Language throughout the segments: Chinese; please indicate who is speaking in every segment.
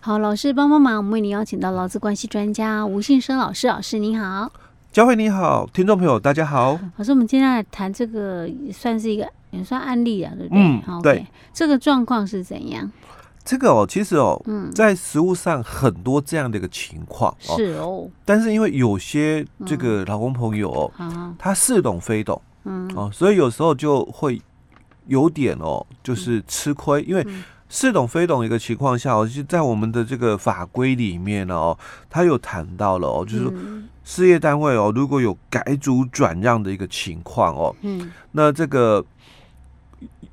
Speaker 1: 好，老师帮帮忙，我们为您邀请到劳资关系专家吴信生老师，老师您好。
Speaker 2: 佳慧你好，听众朋友大 家好。
Speaker 1: 老师，我们今天来谈这个，也算是一个也算案例啊，对不对？
Speaker 2: 嗯
Speaker 1: 好，
Speaker 2: 对。
Speaker 1: 这个状况是怎样？
Speaker 2: 这个哦，其实哦，
Speaker 1: 嗯，
Speaker 2: 在实物上很多这样的一个情况哦，
Speaker 1: 是哦，
Speaker 2: 但是因为有些这个老公朋友哦，
Speaker 1: 好，
Speaker 2: 他似懂非懂
Speaker 1: 嗯，
Speaker 2: 哦，所以有时候就会有点哦，就是吃亏，因为
Speaker 1: 嗯
Speaker 2: 似懂非懂的一个情况下哦，就在我们的这个法规里面呢哦，他有谈到了哦，就是说
Speaker 1: 嗯
Speaker 2: 事业单位哦，如果有改组转让的一个情况哦，
Speaker 1: 嗯
Speaker 2: 那这个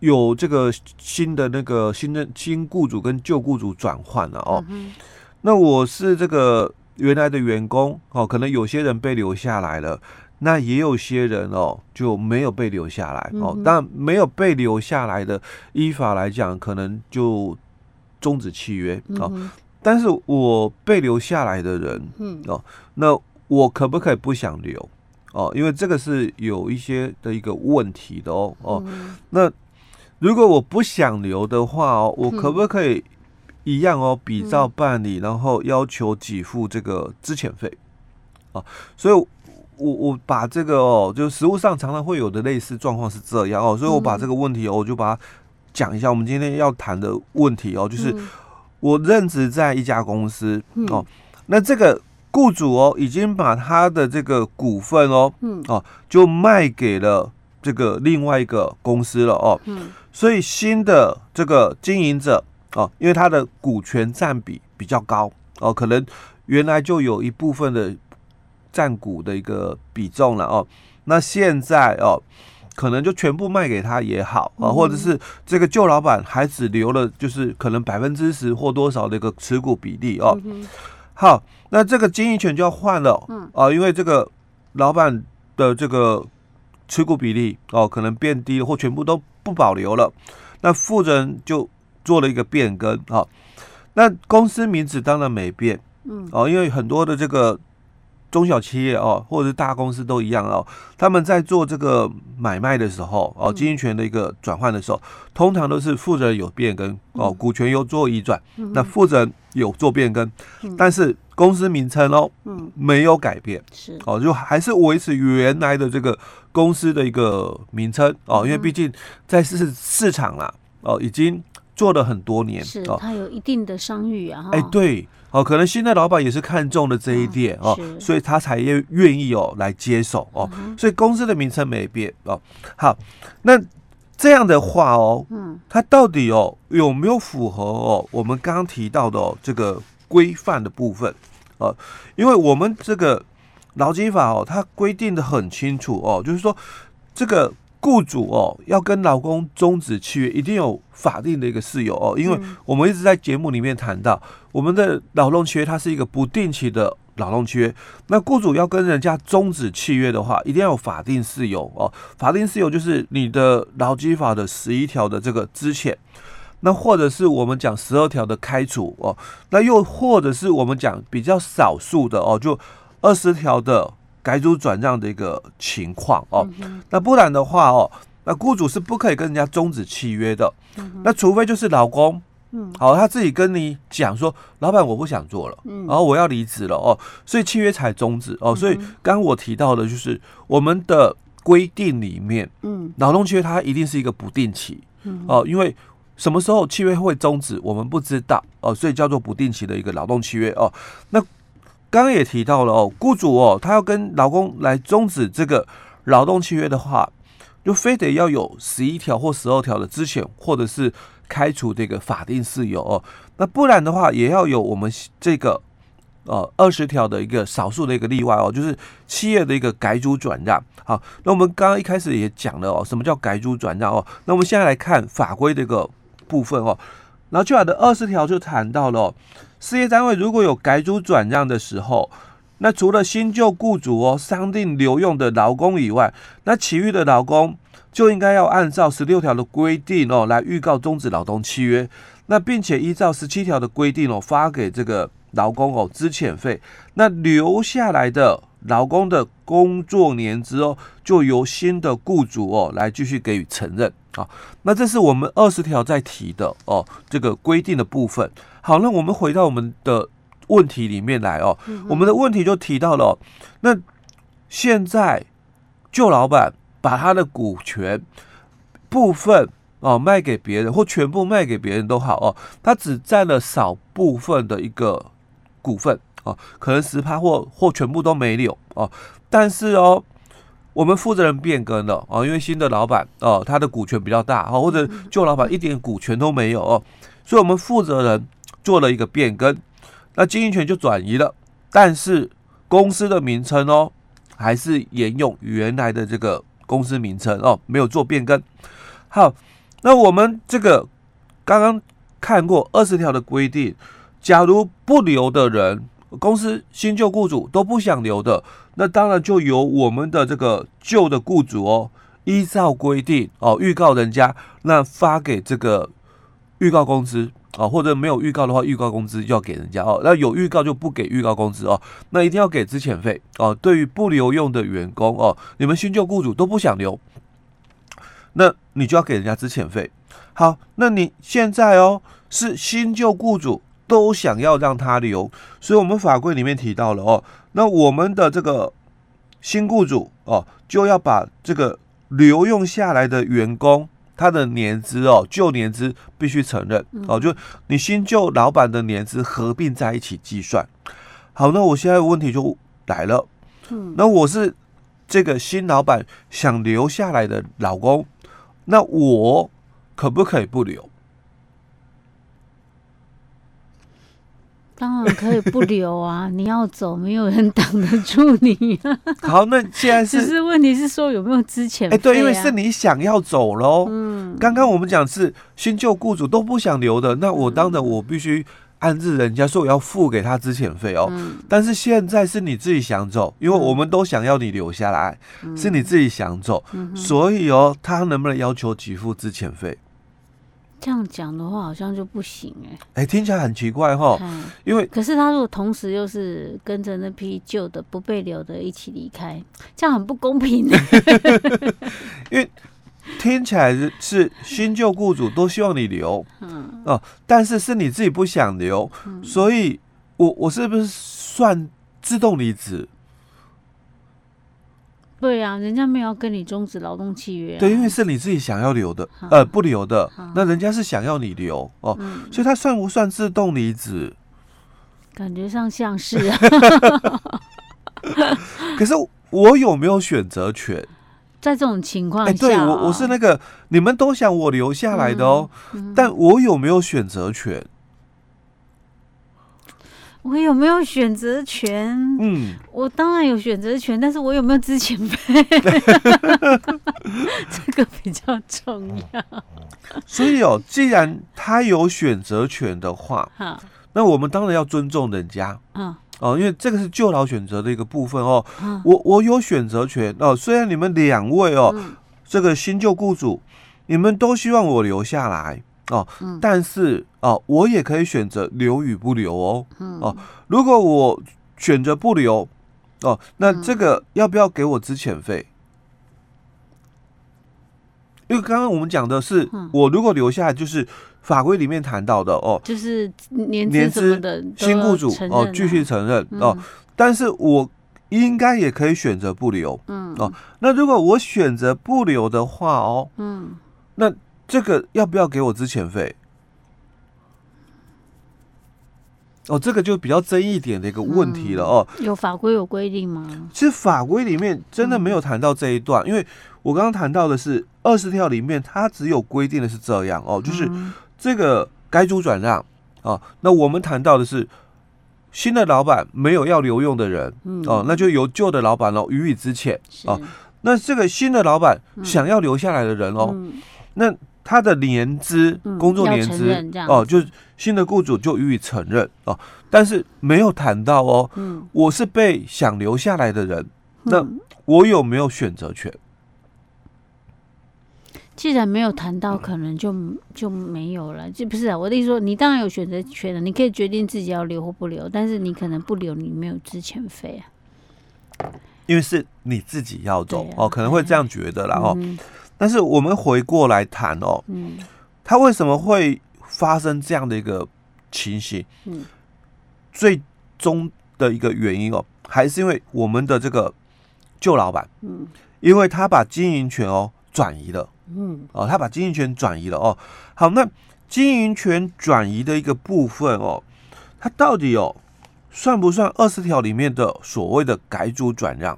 Speaker 2: 有这个新的那个新任新雇主跟旧雇主转换了哦。
Speaker 1: 嗯
Speaker 2: 那我是这个原来的员工哦，可能有些人被留下来了，那也有些人哦就没有被留下来
Speaker 1: 嗯
Speaker 2: 哦
Speaker 1: 哼。
Speaker 2: 但没有被留下来的，依法来讲，可能就终止契约
Speaker 1: 嗯
Speaker 2: 哦。
Speaker 1: 哼
Speaker 2: 但是我被留下来的人，
Speaker 1: 嗯
Speaker 2: 那我可不可以不想留？哦，因为这个是有一些的一个问题的哦哦。
Speaker 1: 嗯
Speaker 2: 那如果我不想留的话哦，我
Speaker 1: 嗯
Speaker 2: 可不可以一样哦，比照
Speaker 1: 嗯
Speaker 2: 办理，然后要求给付这个资遣费啊？所以我，我把这个哦，就实物上常常会有的类似状况是这样哦，所以我把
Speaker 1: 嗯
Speaker 2: 这个问题哦，我就把它讲一下。我们今天要谈的问题哦，就是
Speaker 1: 嗯
Speaker 2: 我任职在一家公司
Speaker 1: 嗯
Speaker 2: 哦，那这个雇主哦，已经把他的这个股份哦，
Speaker 1: 嗯
Speaker 2: 就卖给了这个另外一个公司了哦。
Speaker 1: 嗯
Speaker 2: 所以新的这个经营者哦，因为他的股权占比比较高哦，可能原来就有一部分的占股的一个比重了哦。那现在哦，可能就全部卖给他也好啊、
Speaker 1: 嗯
Speaker 2: 或者是这个旧老板还只留了就是可能百分之十或多少的一个持股比例哦。
Speaker 1: 嗯哼
Speaker 2: 好，那这个经营权就要换了，
Speaker 1: 嗯
Speaker 2: 啊，因为这个老板的这个持股比例哦、可能变低了或全部都不保留了，那负责人就做了一个变更啊、那公司名字当然没变
Speaker 1: 嗯
Speaker 2: 哦、因为很多的这个中小企业哦、或者是大公司都一样哦、他们在做这个买卖的时候哦、
Speaker 1: 嗯
Speaker 2: 经营权的一个转换的时候，通常都是负责人有变更哦、
Speaker 1: 嗯
Speaker 2: 股权有做移转，
Speaker 1: 嗯
Speaker 2: 那负责人有做变更
Speaker 1: 嗯，
Speaker 2: 但是公司名称哦
Speaker 1: 嗯
Speaker 2: 没有改变
Speaker 1: 是
Speaker 2: 哦，就还是维持原来的这个公司的一个名称哦，因为
Speaker 1: 嗯
Speaker 2: 毕竟在市市场啦哦，已经做了很多年
Speaker 1: 是，
Speaker 2: 哦，
Speaker 1: 它有一定的商誉啊，
Speaker 2: 哎
Speaker 1: 哈
Speaker 2: 对哦，可能新的老板也是看中了这一点
Speaker 1: 嗯
Speaker 2: 哦，
Speaker 1: 是
Speaker 2: 所以他才愿愿意哦来接手哦，
Speaker 1: 嗯
Speaker 2: 所以公司的名称没变哦。好，那这样的话哦，
Speaker 1: 嗯
Speaker 2: 它到底哦有没有符合哦我们刚刚提到的哦这个规范的部分啊？因为我们这个劳基法哦，它规定的很清楚哦，就是说这个雇主哦要跟劳工终止契约，一定有法定的一个事由哦，因为
Speaker 1: 嗯
Speaker 2: 我们一直在节目里面谈到，我们的劳动契约它是一个不定期的劳动契约，那雇主要跟人家终止契约的话，一定要有法定事由哦。法定事由就是你的劳基法的十一条的这个支遣，那或者是我们讲十二条的开除哦，那又或者是我们讲比较少数的哦，就二十条的改组转让的一个情况哦。
Speaker 1: 嗯哼
Speaker 2: 那不然的话哦，那雇主是不可以跟人家终止契约的。那除非就是老公，
Speaker 1: 嗯
Speaker 2: 好、他自己跟你讲说，老板我不想做了，
Speaker 1: 嗯
Speaker 2: 然后我要离职了哦，所以契约才终止哦。所以刚刚我提到的就是我们的规定里面，
Speaker 1: 嗯
Speaker 2: 劳动契约它一定是一个不定期
Speaker 1: 嗯
Speaker 2: 哦，因为什么时候契约会终止，我们不知道哦，所以叫做不定期的一个劳动契约哦。那刚刚也提到了哦，雇主哦，他要跟劳工来终止这个劳动契约的话，就非得要有十一条或十二条的之前或者是开除这个法定事由哦，那不然的话也要有我们这个。呃，二十条的一个少数的一个例外哦，就是企业的一个改组转让。好，那我们刚刚一开始也讲了哦，什么叫改组转让哦？那我们现在来看法规的一个部分哦。劳基法的二十条就谈到了、哦，事业单位如果有改组转让的时候，那除了新旧雇主哦商定留用的劳工以外，那其余的劳工就应该要按照十六条的规定哦来预告终止劳动契约，那并且依照十七条的规定哦发给这个劳工哦资遣费，那留下来的劳工的工作年资哦就由新的雇主哦来继续给予承认。好，那这是我们二十条在提的哦，这个规定的部分。好，那我们回到我们的问题里面来哦，我们的问题就提到了哦、那现在旧老板把他的股权部分哦卖给别人，或全部卖给别人都好哦，他只占了少部分的一个股份哦，可能十趴或或全部都没有哦，但是哦。我们负责人变更了哦，因为新的老板哦，他的股权比较大哦，或者旧老板一点股权都没有哦，所以我们负责人做了一个变更，那经营权就转移了，但是公司的名称哦，还是沿用原来的这个公司名称哦，没有做变更。好，那我们这个刚刚看过二十条的规定，假如不留的人，公司新旧雇主都不想留的，那当然就由我们的这个旧的雇主哦，依照规定哦预告人家，那发给这个预告工资哦，或者没有预告的话，预告工资就要给人家哦，那有预告就不给预告工资哦，那一定要给资遣费哦。对于不留用的员工哦，你们新旧雇主都不想留，那你就要给人家资遣费。好，那你现在哦是新旧雇主都想要让他留，所以我们法规里面提到了哦，那我们的这个新雇主哦，就要把这个留用下来的员工他的年资哦，旧年资必须承认哦，就你新旧老板的年资合并在一起计算。好，那我现在问题就来了，
Speaker 1: 嗯
Speaker 2: 那我是这个新老板想留下来的老公，那我可不可以 不留？
Speaker 1: 当然可以不留啊，你要走，没有人挡得住你、啊。
Speaker 2: 好，那现在
Speaker 1: 只
Speaker 2: 是
Speaker 1: 是问题是说有没有之前、
Speaker 2: 哎、对，因为是，你想要走喽。
Speaker 1: 嗯，
Speaker 2: 刚刚我们讲是新旧雇主都不想留的，那我当
Speaker 1: 嗯
Speaker 2: 然我必须安置人家，说我要付给他资遣费哦。
Speaker 1: 嗯
Speaker 2: 但是现在是你自己想走，因为我们都想要你留下来，是你自己想走，
Speaker 1: 嗯哼
Speaker 2: 所以哦，他能不能要求给付资遣费？
Speaker 1: 这样讲的话好像就不行哎、
Speaker 2: 哎，听起来很奇怪哈、哦，
Speaker 1: 哎
Speaker 2: 因为
Speaker 1: 可是他如果同时又是跟着那批旧的不被留的一起离开，这样很不公平、欸
Speaker 2: 听起来是是新旧雇主都希望你留，
Speaker 1: 嗯，
Speaker 2: 哦，但是是你自己不想留，所以我我是不是算自动离职？
Speaker 1: 对啊，人家没有要跟你终止劳动契约、啊。
Speaker 2: 对，因为是你自己想要留的，呃，不留的，那人家是想要你留哦，
Speaker 1: 嗯
Speaker 2: 所以他算不算自动离职？
Speaker 1: 感觉上像是 啊，
Speaker 2: 可是我有没有选择权？
Speaker 1: 在这种情况
Speaker 2: 哎、
Speaker 1: 下、啊
Speaker 2: 对我我是那个你们都想我留下来的哦，
Speaker 1: 嗯
Speaker 2: 但我有没有选择权？
Speaker 1: 我有没有选择权？
Speaker 2: 嗯，
Speaker 1: 我当然有选择权，但是我有没有之前费？ 这个比较重要
Speaker 2: 所以哦，既然他有选择权的话，
Speaker 1: 哈。
Speaker 2: 那我们当然要尊重人家。
Speaker 1: 嗯
Speaker 2: 哦，因为这个是旧老选择的一个部分哦。
Speaker 1: 嗯
Speaker 2: 我我有选择权哦，虽然你们两位哦，
Speaker 1: 嗯
Speaker 2: 这个新旧雇主，你们都希望我留下来哦，
Speaker 1: 嗯
Speaker 2: 但是哦，我也可以选择留与不留哦。
Speaker 1: 嗯
Speaker 2: 哦如果我选择不留，哦，那
Speaker 1: 嗯
Speaker 2: 这个要不要给我资遣费？因为刚刚我们讲的是
Speaker 1: 嗯，
Speaker 2: 我如果留下来，就是法规里面谈到的哦，
Speaker 1: 就是年
Speaker 2: 年
Speaker 1: 资什么
Speaker 2: 资
Speaker 1: 的，都
Speaker 2: 新雇主
Speaker 1: 承
Speaker 2: 哦
Speaker 1: 认
Speaker 2: 继
Speaker 1: 啊
Speaker 2: 续承认哦，但是我应该也可以选择不留。
Speaker 1: 嗯
Speaker 2: 哦那如果我选择不留的话哦，
Speaker 1: 嗯，
Speaker 2: 这个要不要给我资遣费？哦，这个就比较争议点的一个问题了哦。
Speaker 1: 有法规有规定吗？
Speaker 2: 其实法规里面真的没
Speaker 1: 嗯
Speaker 2: 有谈到这一段，因为我刚刚谈到的是二十条里面，它只有规定的是这样哦，就是
Speaker 1: 嗯
Speaker 2: 这个该租转让哦。那我们谈到的是新的老板没有要留用的人
Speaker 1: 嗯
Speaker 2: 哦，那就由旧的老板喽予以资遣。
Speaker 1: 是
Speaker 2: 哦那这个新的老板想要留下来的人哦，
Speaker 1: 嗯
Speaker 2: 那他的年资、
Speaker 1: 嗯
Speaker 2: 工作
Speaker 1: 要
Speaker 2: 年
Speaker 1: 承
Speaker 2: 资
Speaker 1: 认这样
Speaker 2: 哦，就是新的雇主就予以承认哦，但是没有谈到哦，
Speaker 1: 嗯，
Speaker 2: 我是被想留下来的人，那
Speaker 1: 嗯
Speaker 2: 我有没有选择权？
Speaker 1: 既然没有谈到，可能就就没有了。就不是啊，我的意思说，你当然有选择权了，你可以决定自己要留或不留，但是你可能不留，你没有之前费啊。
Speaker 2: 因为是你自己要走、
Speaker 1: 对啊
Speaker 2: 哦，可能会这样觉得啦哦。
Speaker 1: 嗯
Speaker 2: 但是我们回过来谈哦，
Speaker 1: 嗯
Speaker 2: 它为什么会发生这样的一个情形？
Speaker 1: 嗯
Speaker 2: 最终的一个原因哦，还是因为我们的这个旧老板，
Speaker 1: 嗯
Speaker 2: 因为他把经营权哦转移了
Speaker 1: 嗯
Speaker 2: 哦，他把经营权转移了哦。好，那经营权转移的一个部分哦，它到底哦算不算二十条里面的所谓的改组转让？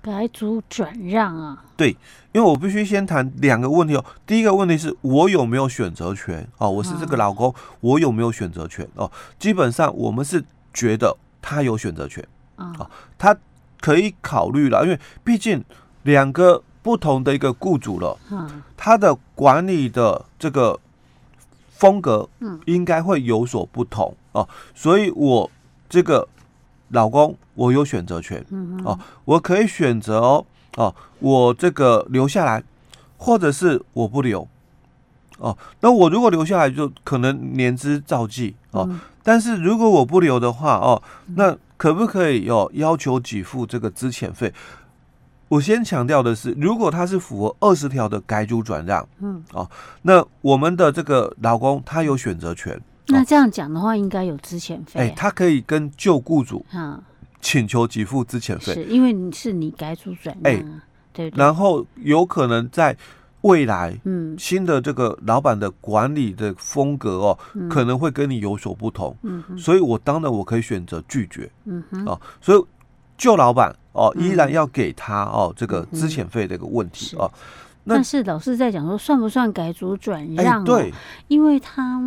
Speaker 1: 改组转让啊，
Speaker 2: 因为我必须先谈两个问题哦。第一个问题是我有没有选择权哦？我是这个老公，我有没有选择权哦？基本上我们是觉得他有选择权，
Speaker 1: 啊
Speaker 2: 好他可以考虑了，因为毕竟两个不同的一个雇主了，
Speaker 1: 啊
Speaker 2: 他的管理的这个风格
Speaker 1: 嗯
Speaker 2: 应该会有所不同哦、所以我这个老公我有选择权。
Speaker 1: 嗯
Speaker 2: 哦我可以选择哦，哦，我这个留下来，或者是我不留。哦，那我如果留下来，就可能年资照计哦。
Speaker 1: 嗯
Speaker 2: 但是如果我不留的话，哦，那可不可以哦要求给付这个资遣费？我先强调的是，如果他是符合二十条的改组转让，
Speaker 1: 嗯，
Speaker 2: 哦那我们的这个劳工他有选择权，
Speaker 1: 那这样讲的话，应该有资遣
Speaker 2: 哎、
Speaker 1: 费啊
Speaker 2: 他可以跟旧雇主
Speaker 1: 啊，
Speaker 2: 请求给付资遣费。
Speaker 1: 是因为你是你改组转
Speaker 2: 哎
Speaker 1: 让啊，对不对？
Speaker 2: 然后有可能在未来
Speaker 1: 嗯
Speaker 2: 新的这个老板的管理的风格哦，
Speaker 1: 嗯
Speaker 2: 可能会跟你有所不同，
Speaker 1: 嗯哼
Speaker 2: 所以我当然我可以选择拒绝
Speaker 1: 嗯哼，
Speaker 2: 哦，所以旧老板哦
Speaker 1: 嗯
Speaker 2: 依然要给他哦这个
Speaker 1: 嗯
Speaker 2: 资遣费的一个问题
Speaker 1: 是
Speaker 2: 哦，那
Speaker 1: 但是老师在讲说算不算改组转
Speaker 2: 哎
Speaker 1: 让、哦？
Speaker 2: 对，
Speaker 1: 因为他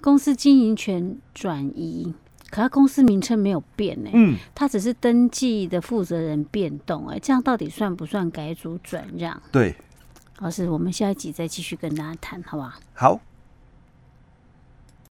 Speaker 1: 公司经营权转移，可他公司名称没有变呢、
Speaker 2: 嗯，
Speaker 1: 他只是登记的负责人变动哎、这样到底算不算改组转让？
Speaker 2: 对，
Speaker 1: 老师，我们下一集再继续跟大家谈，好不好？
Speaker 2: 好。